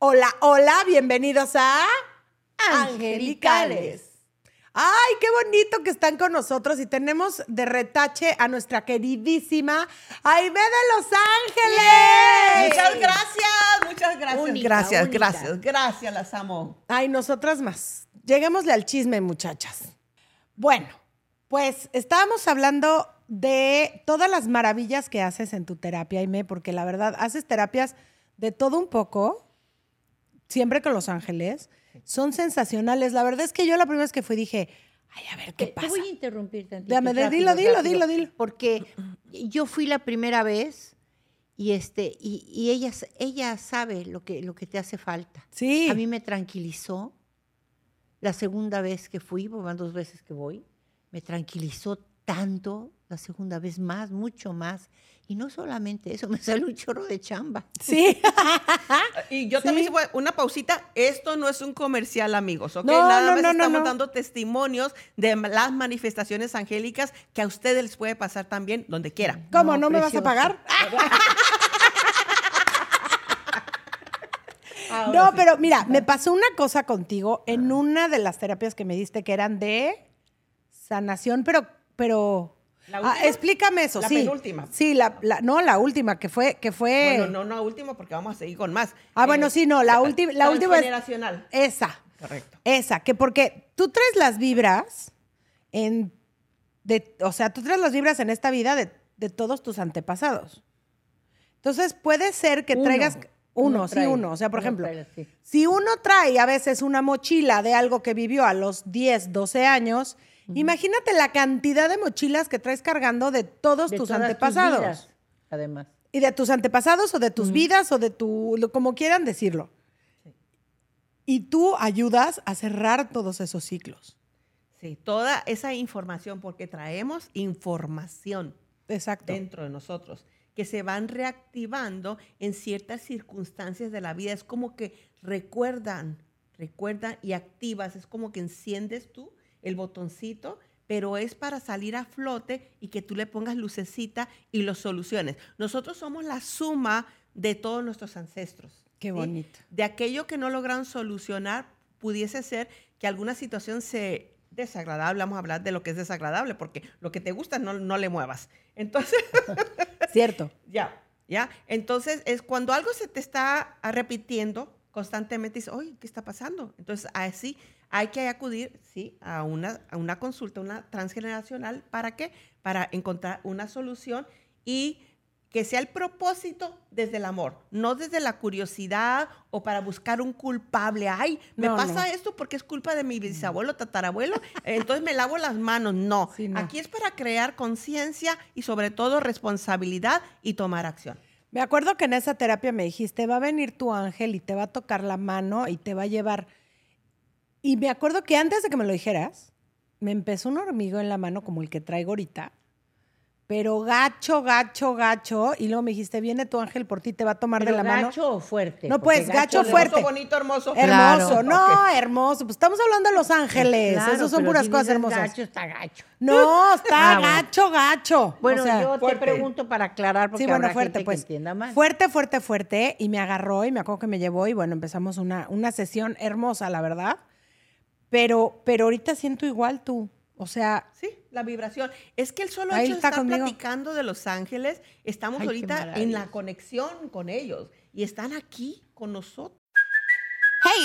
Hola, hola, bienvenidos a Angelicales. Ay, qué bonito que están con nosotros y tenemos de retache a nuestra queridísima Aime de Los Ángeles. Muchas gracias, muchas gracias. Única, gracias, única. gracias, gracias, las amo. Ay, nosotras más. Lleguémosle al chisme, muchachas. Bueno, pues estábamos hablando de todas las maravillas que haces en tu terapia, Aime, porque la verdad, haces terapias de todo un poco, siempre con Los Ángeles. Son sensacionales. La verdad es que yo la primera vez que fui dije, ay, a ver, ¿qué Te- pasa? Te voy a interrumpir tantito. Dame, de- dilo, dilo, dilo, dilo. Porque yo fui la primera vez y este y, y ella, s- ella sabe lo que, lo que te hace falta. Sí. A mí me tranquilizó la segunda vez que fui, porque van dos veces que voy, me tranquilizó tanto la segunda vez más, mucho más. Y no solamente eso, me sale un chorro de chamba. Sí. Y yo también voy una pausita. Esto no es un comercial, amigos, ¿ok? No, Nada no, más no, no, estamos no. dando testimonios de las manifestaciones angélicas que a ustedes les puede pasar también donde quiera. ¿Cómo? ¿No, No, me vas a precioso. pagar? no, pero mira, me pasó una cosa contigo en una de las terapias que me diste que eran de sanación, pero, pero. ¿La Ah, última? explícame eso, La sí. penúltima. Sí, la, la- no, la última, que fue, que fue. Bueno, no, no, último, porque vamos a seguir con más. Eh, Ah, bueno, sí, no, la última, la última es- Generacional. Esa. Correcto. Esa, que porque tú traes las vibras en. De, o sea, tú traes las vibras en esta vida de, de todos tus antepasados. Entonces, puede ser que Uno. traigas. Uno, Uno sí, trae. uno. O sea, por Uno ejemplo, trae, sí. si uno trae a veces una mochila de algo que vivió a los 10, 12 años, imagínate la cantidad de mochilas que traes cargando de todos De tus todas antepasados. vidas, además. Y de tus antepasados o de tus vidas o de tu, lo- como quieran decirlo. Y tú ayudas a cerrar todos esos ciclos. Sí, toda esa información, porque traemos información. Exacto. dentro de nosotros, que se van reactivando en ciertas circunstancias de la vida. Es como que recuerdan, recuerdan y activas, es como que enciendes tú el botoncito, pero es para salir a flote y que tú le pongas lucecita y lo soluciones. Nosotros somos la suma de todos nuestros ancestros. Qué bonito. De aquello que no lograron solucionar, pudiese ser que alguna situación se desagradable, vamos a hablar de lo que es desagradable, porque lo que te gusta no, no le muevas. Entonces, Cierto. ya, ya. Entonces, es cuando algo se te está ah, repitiendo constantemente, dices, oye, ¿qué está pasando? Entonces, así hay que acudir, sí, a una, a una consulta, una transgeneracional, ¿para qué? Para encontrar una solución y que sea el propósito desde el amor, no desde la curiosidad o para buscar un culpable. Ay, me No, pasa no. esto porque es culpa de Mm. mi bisabuelo, tatarabuelo, entonces me lavo las manos. No, Sí, no. aquí es para crear conciencia y sobre todo responsabilidad y tomar acción. Me acuerdo que en esa terapia me dijiste, va a venir tu ángel y te va a tocar la mano y te va a llevar. Y me acuerdo que antes de que me lo dijeras, me empezó un hormigo en la mano como el que traigo ahorita, pero gacho, gacho, gacho. Y luego me dijiste, viene tu ángel por ti, te va a tomar de la mano. gacho o fuerte? No, Porque pues, gacho le- fuerte. bonito, hermoso. Hermoso, Claro. no, hermoso. Pues estamos hablando de Los Ángeles. Claro, Esas son pero puras si cosas dices hermosas. Gacho está gacho. No, está Ah, bueno. gacho, gacho. Bueno, O sea, yo te pregunto para aclarar porque sí, bueno, habrá fuerte, gente pues. que entienda más. Fuerte, fuerte, fuerte. Y me agarró y me acuerdo que me llevó y bueno, empezamos una, una sesión hermosa, la verdad. Pero, pero ahorita siento igual tú. O sea, Sí, la vibración. Es que el solo Ahí hecho de está estar conmigo. platicando de los ángeles, estamos Ay, qué ahorita en maravilla. la conexión con ellos y están aquí con nosotros. Hey,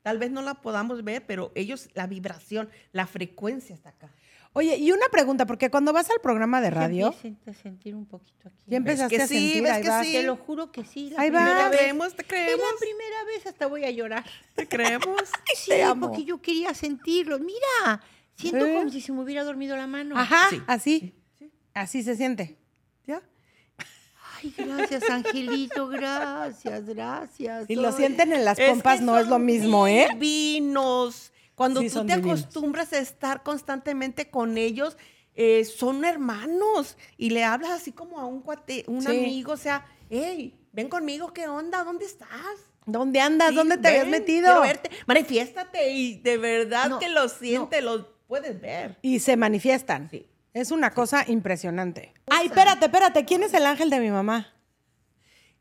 Tal vez no la podamos ver, pero ellos, la vibración, la frecuencia está acá. Oye, y una pregunta, porque cuando vas al programa de Ya radio, empiezas a sentir un poquito aquí. ya empezaste que a sí, sentir, ves ahí que va. sí. Te lo juro que sí. La Ahí va. primera Te vez- creemos, te Es creemos, la primera vez hasta voy a llorar. te creemos. Sí, porque yo quería sentirlo. Mira, siento ¿Eh? como si se me hubiera dormido la mano. Ajá, Sí. así. Así se siente. ¿Ya? Ay, gracias, Angelito, gracias, gracias. Y lo Ay. sienten en las Es que pompas, no es lo son mismo, ¿eh? Divinos. Cuando Sí, tú son te divinos. acostumbras a estar constantemente con ellos, eh, son hermanos y le hablas así como a un cuate, un Sí. amigo, o sea, hey, ven conmigo, ¿qué onda? ¿Dónde estás? ¿Dónde andas? Sí, ¿Dónde te habías ven, metido? quiero verte. Manifiéstate y de verdad No, que lo siente, lo puedes ver. Y se manifiestan. Sí. Es una cosa impresionante. Ay, espérate, espérate. ¿Quién es el ángel de mi mamá?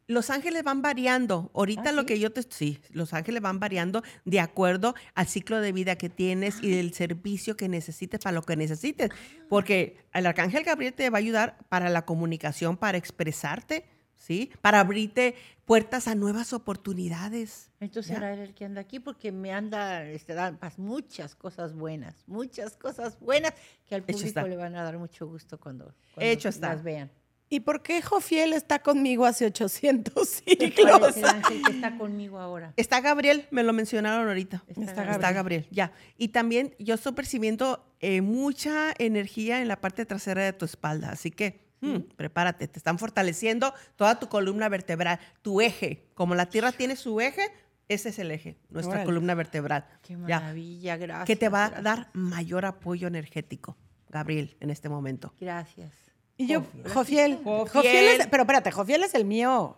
Los ángeles van variando. Ahorita lo que yo te... Sí, los ángeles van variando de acuerdo al ciclo de vida que tienes y del servicio que necesites para lo que necesites. Porque el arcángel Gabriel te va a ayudar para la comunicación, para expresarte, ¿sí? Para abrirte puertas a nuevas oportunidades. Entonces era él el que anda aquí porque me anda este, dan pas- muchas cosas buenas, muchas cosas buenas que al Hecho está. público le van a dar mucho gusto cuando, cuando Hecho está. las vean. ¿Y por qué Jofiel está conmigo hace 800 ¿Cuál siglos? es el ángel que está conmigo ahora? Está Gabriel, me lo mencionaron ahorita. Está Está Gabriel. Gabriel. ya. Y también yo estoy percibiendo eh, mucha energía en la parte trasera de tu espalda, así que mm, prepárate, te están fortaleciendo toda tu columna vertebral, tu eje. Como la Tierra tiene su eje, ese es el eje, nuestra Órale. columna vertebral. Qué ya, maravilla, gracias. que te va a gracias, dar mayor apoyo energético, Gabriel, en este momento. Gracias. Y yo, Jofiel. Jofiel. es- pero espérate, Jofiel es el mío.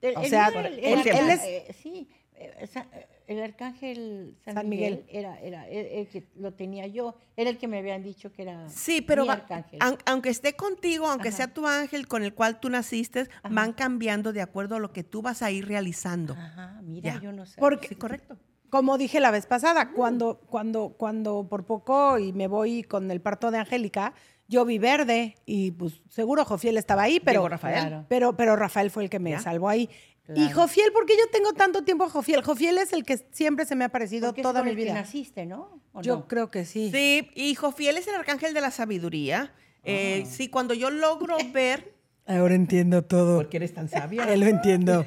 El- O el sea, mío, el- él- el él arca- es- eh, sí, eh, o sea, eh, el arcángel San, San Miguel. Miguel, era, era el, el que lo tenía yo, era el que me habían dicho que era Sí, pero mi va- arcángel. aun- aunque esté contigo, aunque Ajá. sea tu ángel con el cual tú naciste, van cambiando de acuerdo a lo que tú vas a ir realizando. Ajá, Ah, mira, Ya. yo no sé. Porque- Sí, correcto. Como dije la vez Mm. pasada, cuando, cuando, cuando por poco y me voy con el parto de Angélica, yo vi verde y pues seguro Jofiel estaba ahí, pero Llegó Rafael. Claro. pero, pero Rafael fue el que me ¿Ya? salvó ahí. Y Claro. Jofiel, ¿por qué yo tengo tanto tiempo a Jofiel? Jofiel es el que siempre se me ha parecido Porque es toda con mi el que vida. naciste, ¿no? ¿O Yo no? creo que sí. Sí, hijo fiel es el arcángel de la sabiduría. Eh, Ah. sí, cuando yo logro ver. Ahora entiendo todo. Porque eres tan sabia. lo entiendo.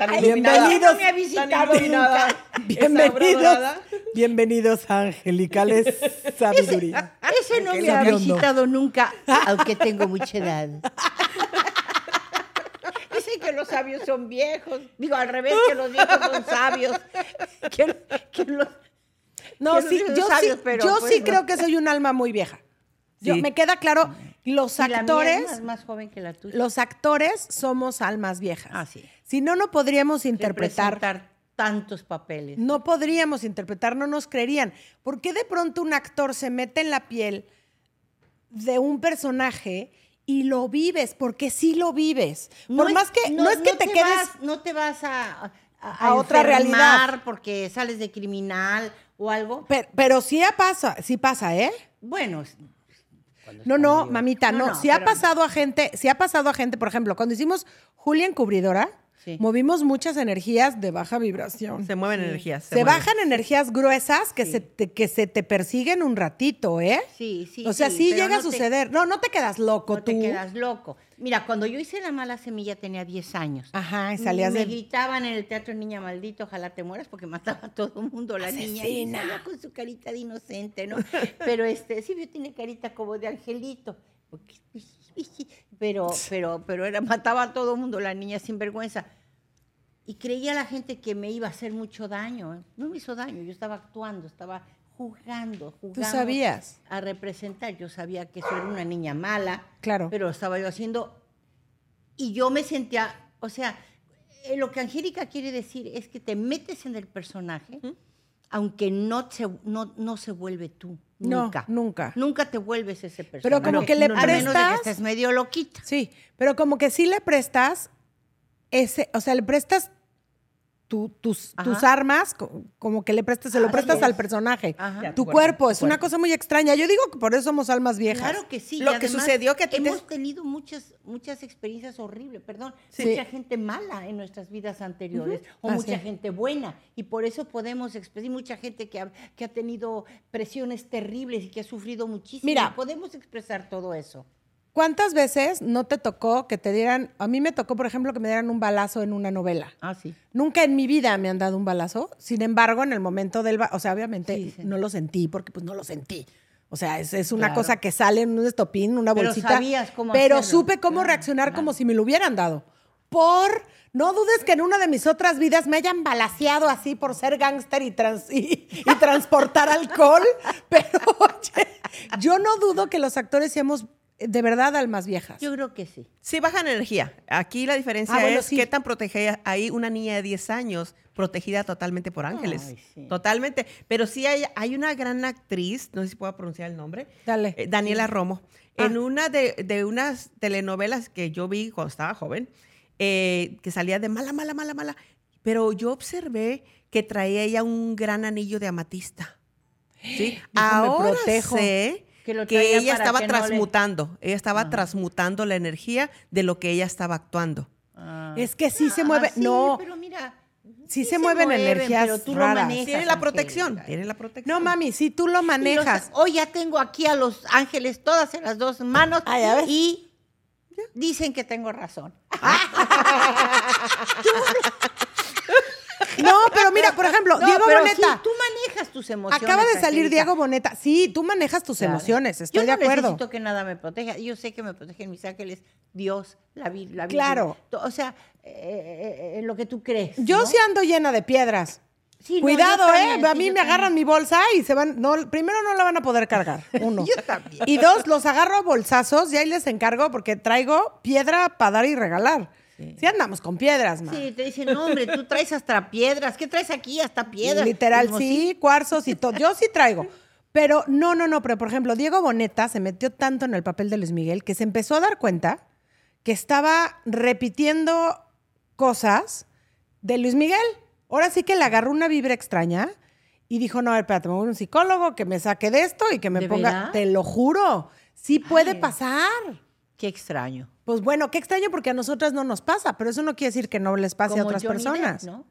Ay, Bienvenidos. no me ha visitado nunca. Bienvenidos. Bienvenidos a Angelicales Sabiduría. Ese no me ha sabiondo. visitado nunca, aunque tengo mucha edad. Dicen que los sabios son viejos. Digo, al revés, que los viejos son sabios. Que, que los... No, Que no sí, sean yo sabios, sí, pero, yo pues, sí no. creo que soy un alma muy vieja. Yo, Sí. me queda claro, los y la mía es actores, más, más joven que la tuya. los actores somos almas viejas. Ah, sí. Si no, no podríamos De interpretar. presentar tantos papeles. No podríamos interpretar, no nos creerían. ¿Por qué de pronto un actor se mete en la piel de un personaje y lo vives? Porque sí lo vives. No Por más que no, es que te, quedes. Vas, no te vas a, a, a otra enfermar realidad. porque sales de criminal o algo. Pero, pero sí ha pasa, sí pasa, ¿eh? Bueno, No, no, mamita, No, no. no, si ha pero- pasado a gente, si ha pasado a gente, por ejemplo, cuando hicimos Julia Encubridora, Sí. movimos muchas energías de baja vibración. Se Se, mueven energías. mueven. bajan energías gruesas que, se te, que se te persiguen un ratito, ¿eh? Sí, sí, O sea, sí, sí, pero llega a no te- suceder. No, no te quedas loco no tú. te quedas loco. Mira, cuando yo hice La Mala Semilla tenía 10 años. Ajá, y salías Me de. gritaban en el teatro Niña Maldito, ojalá te mueras, porque mataba a todo el mundo, la niña. Y Asesina. salía con su carita de inocente, ¿no? Pero este, sí, yo tiene carita como de angelito. porque- Pero, pero, pero era, mataba a todo el mundo, la niña sin vergüenza. Y creía la gente que me iba a hacer mucho daño. ¿eh? No me hizo daño, yo estaba actuando, estaba jugando, jugando. sabías? A representar. Yo sabía que eso era una niña mala. Claro. Pero estaba yo haciendo y yo me sentía, o sea, eh, lo que Angélica quiere decir es que te metes en el personaje, aunque no, se, no, no se vuelve tú. No, Nunca. nunca. Nunca te vuelves ese personaje. como que le A menos de que prestas- estés medio loquita. Sí, pero como que sí le prestas ese, o sea, le prestas tu- tus, Ajá. tus armas, co- como que le prestas, se lo Así prestas es. al personaje. Ajá. De Tu acuerdo, cuerpo, de es una acuerdo. cosa muy extraña. Yo digo que por eso somos almas viejas. Claro que sí. Lo y que además sucedió que a ti te- hemos tenido muchas muchas experiencias horribles, perdón, Sí. mucha gente mala en nuestras vidas anteriores o Así mucha es. gente buena y por eso podemos expresar mucha gente que ha, que ha tenido presiones terribles y que ha sufrido muchísimo. Mira. y podemos expresar todo eso. ¿Cuántas veces no te tocó que te dieran, a mí me tocó, por ejemplo, que me dieran un balazo en una novela? Ah, sí. Nunca en mi vida me han dado un balazo. Sin embargo, en el momento del ba- o sea, obviamente Sí, sí. no lo sentí porque pues no lo sentí. O sea, es, es una Claro. cosa que sale en un estopín, una Pero bolsita. sabías cómo Pero hacerlo. supe cómo Claro, reaccionar claro. como si me lo hubieran dado. Por no dudes que en una de mis otras vidas me hayan balaseado así por ser gángster y, trans- y, y transportar alcohol, pero oye, yo no dudo que los actores seamos eh, de verdad almas viejas. Yo creo que sí. Sí bajan energía. Aquí la diferencia Ah, bueno, es sí. qué tan protegida. Hay una niña de 10 años protegida totalmente por ángeles. Ay, sí. Totalmente. Pero sí hay, hay una gran actriz, no sé si puedo pronunciar el nombre. Dale. Ah. eh, Daniela Romo. En una de, de unas telenovelas que yo vi cuando estaba joven, eh, que salía de mala, mala, mala, mala. Pero yo observé que traía ella un gran anillo de amatista. Sí. Ahora protejo. sé Que que, lo traía ella para estaba que no le- transmutando. Ella estaba transmutando la energía de lo que ella estaba actuando. Es que sí se Ah, mueve, sí, no. Pero mira, Sí se mueven energías pero tú lo raras. manejas, Tiene la Angélica. protección. Tiene la protección. No mami, si tú lo Y los- manejas. hoy ya tengo aquí a los ángeles todas en las dos manos Ay, a ver. y dicen que tengo razón. No, pero mira, por ejemplo, No, Diego pero Boneta. sí, tú manejas tus emociones. acaba de salir Angélica. Diego Boneta. Sí, tú manejas tus Claro. emociones, Yo estoy no de acuerdo. necesito que nada me proteja. Yo sé que me protegen mis ángeles, Dios, la vida. La Biblia. Claro. To- O sea, eh, eh, eh, lo que tú crees. Yo ¿no? sí ando llena de piedras. Sí, no, Cuidado, yo ¿eh? también, a sí, mí yo me agarran también. mi bolsa y se van. No, primero no la van a poder cargar. Uno. Yo también. Y dos, los agarro a bolsazos y ahí les encargo porque traigo piedra para dar y regalar. Sí, andamos con piedras, ma. Sí, te dicen, no, hombre, tú traes hasta piedras. ¿Qué traes aquí? Hasta piedras. Literal, Como sí, cuarzos y todo. Yo sí traigo. Pero no, no, no, pero por ejemplo, Diego Boneta se metió tanto en el papel de Luis Miguel que se empezó a dar cuenta que estaba repitiendo cosas de Luis Miguel. Ahora sí que le agarró una vibra extraña y dijo, no, a ver, espérate, me voy a un psicólogo que me saque de esto y que me ¿De ponga, verdad? te lo juro, sí puede Ay. pasar. Qué extraño. Pues bueno, qué extraño porque a nosotras no nos pasa, pero eso no quiere decir que no les pase a Como otras Johnny Depp, personas. ¿no?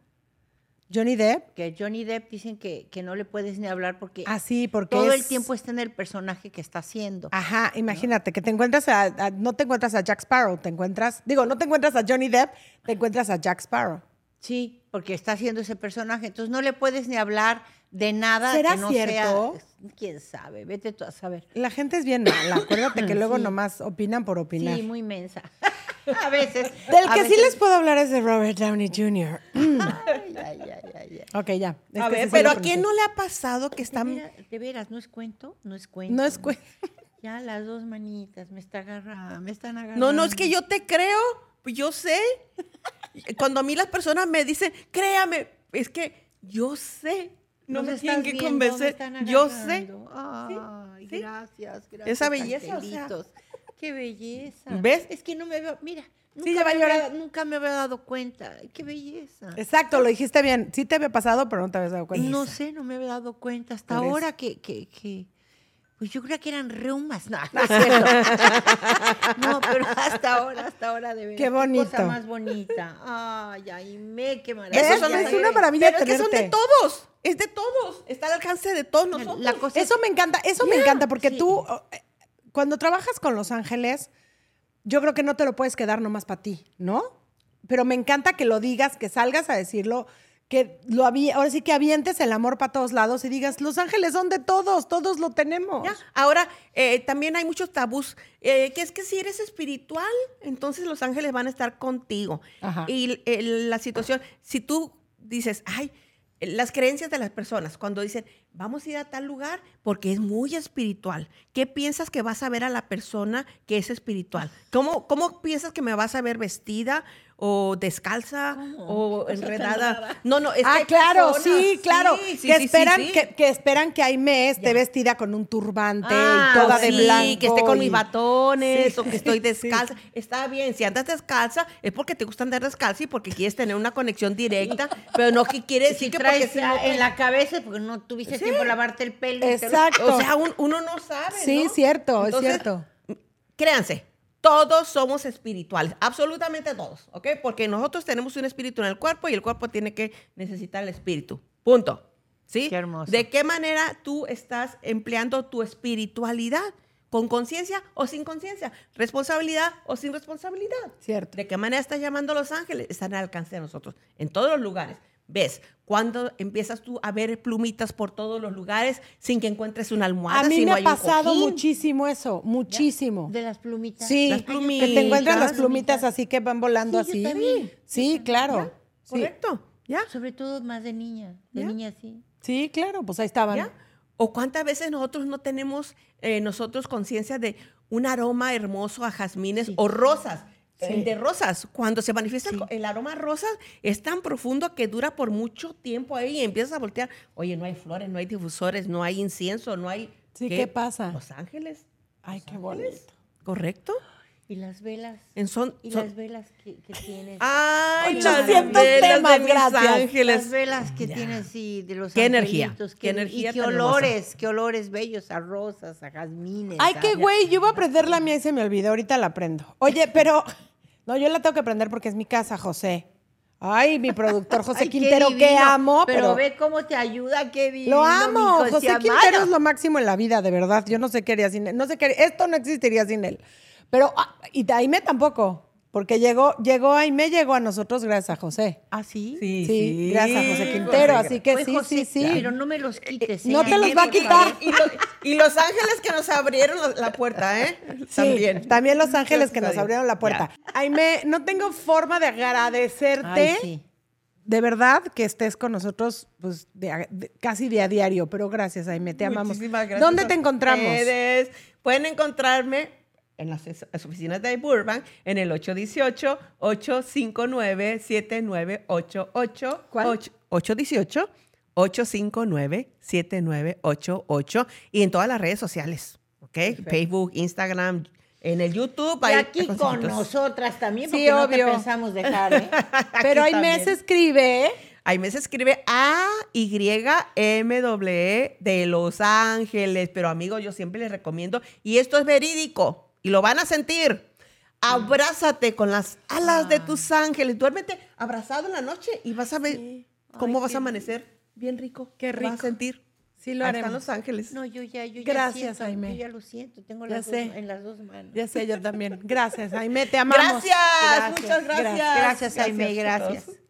Johnny Depp, Que Johnny Depp dicen que, que no le puedes ni hablar porque así, porque todo el es- tiempo está en el personaje que está haciendo. Ajá, imagínate que te encuentras a, a- no te encuentras a Jack Sparrow, te encuentras, digo, no te encuentras a Johnny Depp, te encuentras a Jack Sparrow. Sí, porque está haciendo ese personaje. Entonces no le puedes ni hablar de nada. ¿Será que no cierto? Sea, quién sabe, vete tú a saber. La gente es bien mala, acuérdate que luego nomás opinan por opinar. Sí, muy mensa. a veces. Del a que sí veces- les puedo hablar es de Robert Downey Jr. Ay, ay, ay, ay, ay. ok, ya. Es a que ver, sí se pero lo ¿a quién pronuncié. no le ha pasado que están... Mira, de veras, ¿no es cuento? No es cuento. No es cu- Ya las dos manitas me está agarrando, me están agarrando. No, no, es que yo te creo, pues yo sé. Cuando a mí las personas me dicen, créame, es que yo sé. No Nos me tienen estás que viendo, me convencer. están Yo sé. agarrando. Ay, sí. gracias, gracias. Esa belleza, o sea. angelitos. Qué belleza. ¿Ves? Es que no me veo, mira, nunca, Sí, ya va me, a llorar. había, nunca me había dado cuenta. Qué belleza. Exacto, lo dijiste bien. Sí te había pasado, pero no te habías dado cuenta. No sé, no me había dado cuenta hasta Por eso. ahora que, que, que- Pues yo creía que eran reumas. No, no es cierto. No, pero hasta ahora, hasta ahora de veras. Qué cosa bonito. más bonita. Ay, ay, me, qué maravilla. Esos Esos son son Es los- una maravilla Pero es que son de tenerte. todos. Es de todos. Está al alcance de todos nosotros. La cosa es Eso me encanta, eso me Ya, encanta, porque sí. tú, oh, eh, cuando trabajas con Los Ángeles, yo creo que no te lo puedes quedar nomás para ti, ¿no? Pero me encanta que lo digas, que salgas a decirlo, que lo avi- ahora sí que avientes el amor para todos lados y digas, Los Ángeles son de todos, todos lo tenemos. Ya, Ahora, eh, también hay muchos tabús, eh, que es que si eres espiritual, entonces los ángeles van a estar contigo. Ajá. Y eh, la situación, si tú dices, ay, las creencias de las personas, cuando dicen, vamos a ir a tal lugar porque es muy espiritual. ¿Qué piensas que vas a ver a la persona que es espiritual? ¿Cómo, cómo piensas que me vas a ver vestida o descalza o enredada? No, no, es que ah, hay claro, personas, sí, claro. sí, sí, que, sí, esperan, sí. Que, que esperan que Aime esté vestida con un turbante Ah, y toda de sí, blanco. que esté con y- mis batones Sí. o que estoy descalza. Está bien, si andas descalza es porque te gusta andar descalza y porque quieres tener una conexión directa, pero no que quiere decir Si que porque traes si a- no pues, en la cabeza porque no tuviste tiempo de lavarte el pelo. y te lo- Exacto. O sea, un- uno no sabe. Sí, ¿no? cierto, es Entonces, cierto. Créanse, todos somos espirituales, absolutamente todos, ¿ok? Porque nosotros tenemos un espíritu en el cuerpo y el cuerpo tiene que necesitar el espíritu. Punto. ¿Sí? Qué hermoso. ¿De qué manera tú estás empleando tu espiritualidad? ¿Con conciencia o sin conciencia? ¿Responsabilidad o sin responsabilidad? Cierto. ¿De qué manera estás llamando a los ángeles? Están al alcance de nosotros, en todos los lugares. ¿Ves? Cuando empiezas tú a ver plumitas por todos los lugares sin que encuentres una almohada, A mí si me no ha hay un pasado cojín? muchísimo eso, muchísimo. De las plumitas. Sí, Las que te encuentran las plumitas. plumitas así que van volando Sí, yo así. también. Sí, claro. Sí. Correcto. ¿Ya? Sobre todo más de niña. De ¿Ya? niña sí. Sí, claro, pues ahí estaban. ¿Ya? ¿O cuántas veces nosotros no tenemos eh, nosotros conciencia de un aroma hermoso a jazmines o rosas? El de rosas, cuando se manifiesta el co- el aroma a rosas, es tan profundo que dura por mucho tiempo ahí y empiezas a voltear. Oye, no hay flores, no hay difusores, no hay incienso, no hay. Sí, ¿qué pasa? Los ángeles, Ay, qué bonito. ¿correcto? Y las velas. En son, Y son- las velas que, que tienes. Ah, ¡Ay, las 800 velas de temas, mis gracias. las ángeles! velas que tienes y de los Qué energía, angelitos, qué energía y qué tan hermosa. olores, qué olores bellos a rosas, a jazmines. Ay, a- qué güey, yo iba a aprender la mía y se me olvidó, ahorita la aprendo. Oye, pero no, yo la tengo que aprender porque es mi casa, José. Ay, mi productor José Ay, qué Quintero, que divino. amo, pero, ve cómo te ayuda, qué divino. lo amo. mi José José Quintero amado. es lo máximo en la vida, de verdad. Yo no sé qué haría sin él. No sé qué haría- esto no existiría sin él. Pero ah, y de Aime tampoco, porque llegó, llegó Aime, llegó a nosotros gracias a José. ¿Ah, sí? Sí, Sí, gracias a José Quintero, así que Pues, sí, José, sí, sí. Pero no me los quites. no ¿eh? te los Ay, va a por quitar. favor. Y, lo- y los ángeles que nos abrieron la- la puerta, ¿eh? Sí, también. Los Ángeles que Gracias a nos Dios. abrieron la puerta. Ya. Aime, no tengo forma de agradecerte. Ay, sí. De verdad que estés con nosotros pues, de- de- casi de a diario, pero gracias, Aime, te amamos. Muchísimas gracias ¿Dónde a te encontramos? ustedes. Pueden encontrarme en las es- las oficinas de Burbank en el 818-859-7988. ¿Cuál? Och- 818-859-7988 y en todas las redes sociales, ¿ok? Facebook, Instagram, en el YouTube. Y ahí- aquí con nosotros. nosotras también, Sí, porque no te obvio. pensamos dejar, ¿eh? Pero Aquí Aime también. se escribe, ¿eh? Ahí me se escribe A Y M E de Los Ángeles, pero amigos, yo siempre les recomiendo y esto es verídico y lo van a sentir. Abrázate con las alas de tus Ah. ángeles, duérmete abrazado en la noche y vas a ver cómo vas a amanecer bien rico. Qué Lo Vas rico. a sentir. Sí, lo Ahí están haremos. Los Ángeles. No, yo ya, yo ya Gracias, siento, Aime. Yo ya lo siento, tengo Ya las dos- sé. en las dos manos. Ya sé, yo también. Gracias, Aime, te amamos. Gracias, muchas gracias. Gracias, Aime, a gracias. todos.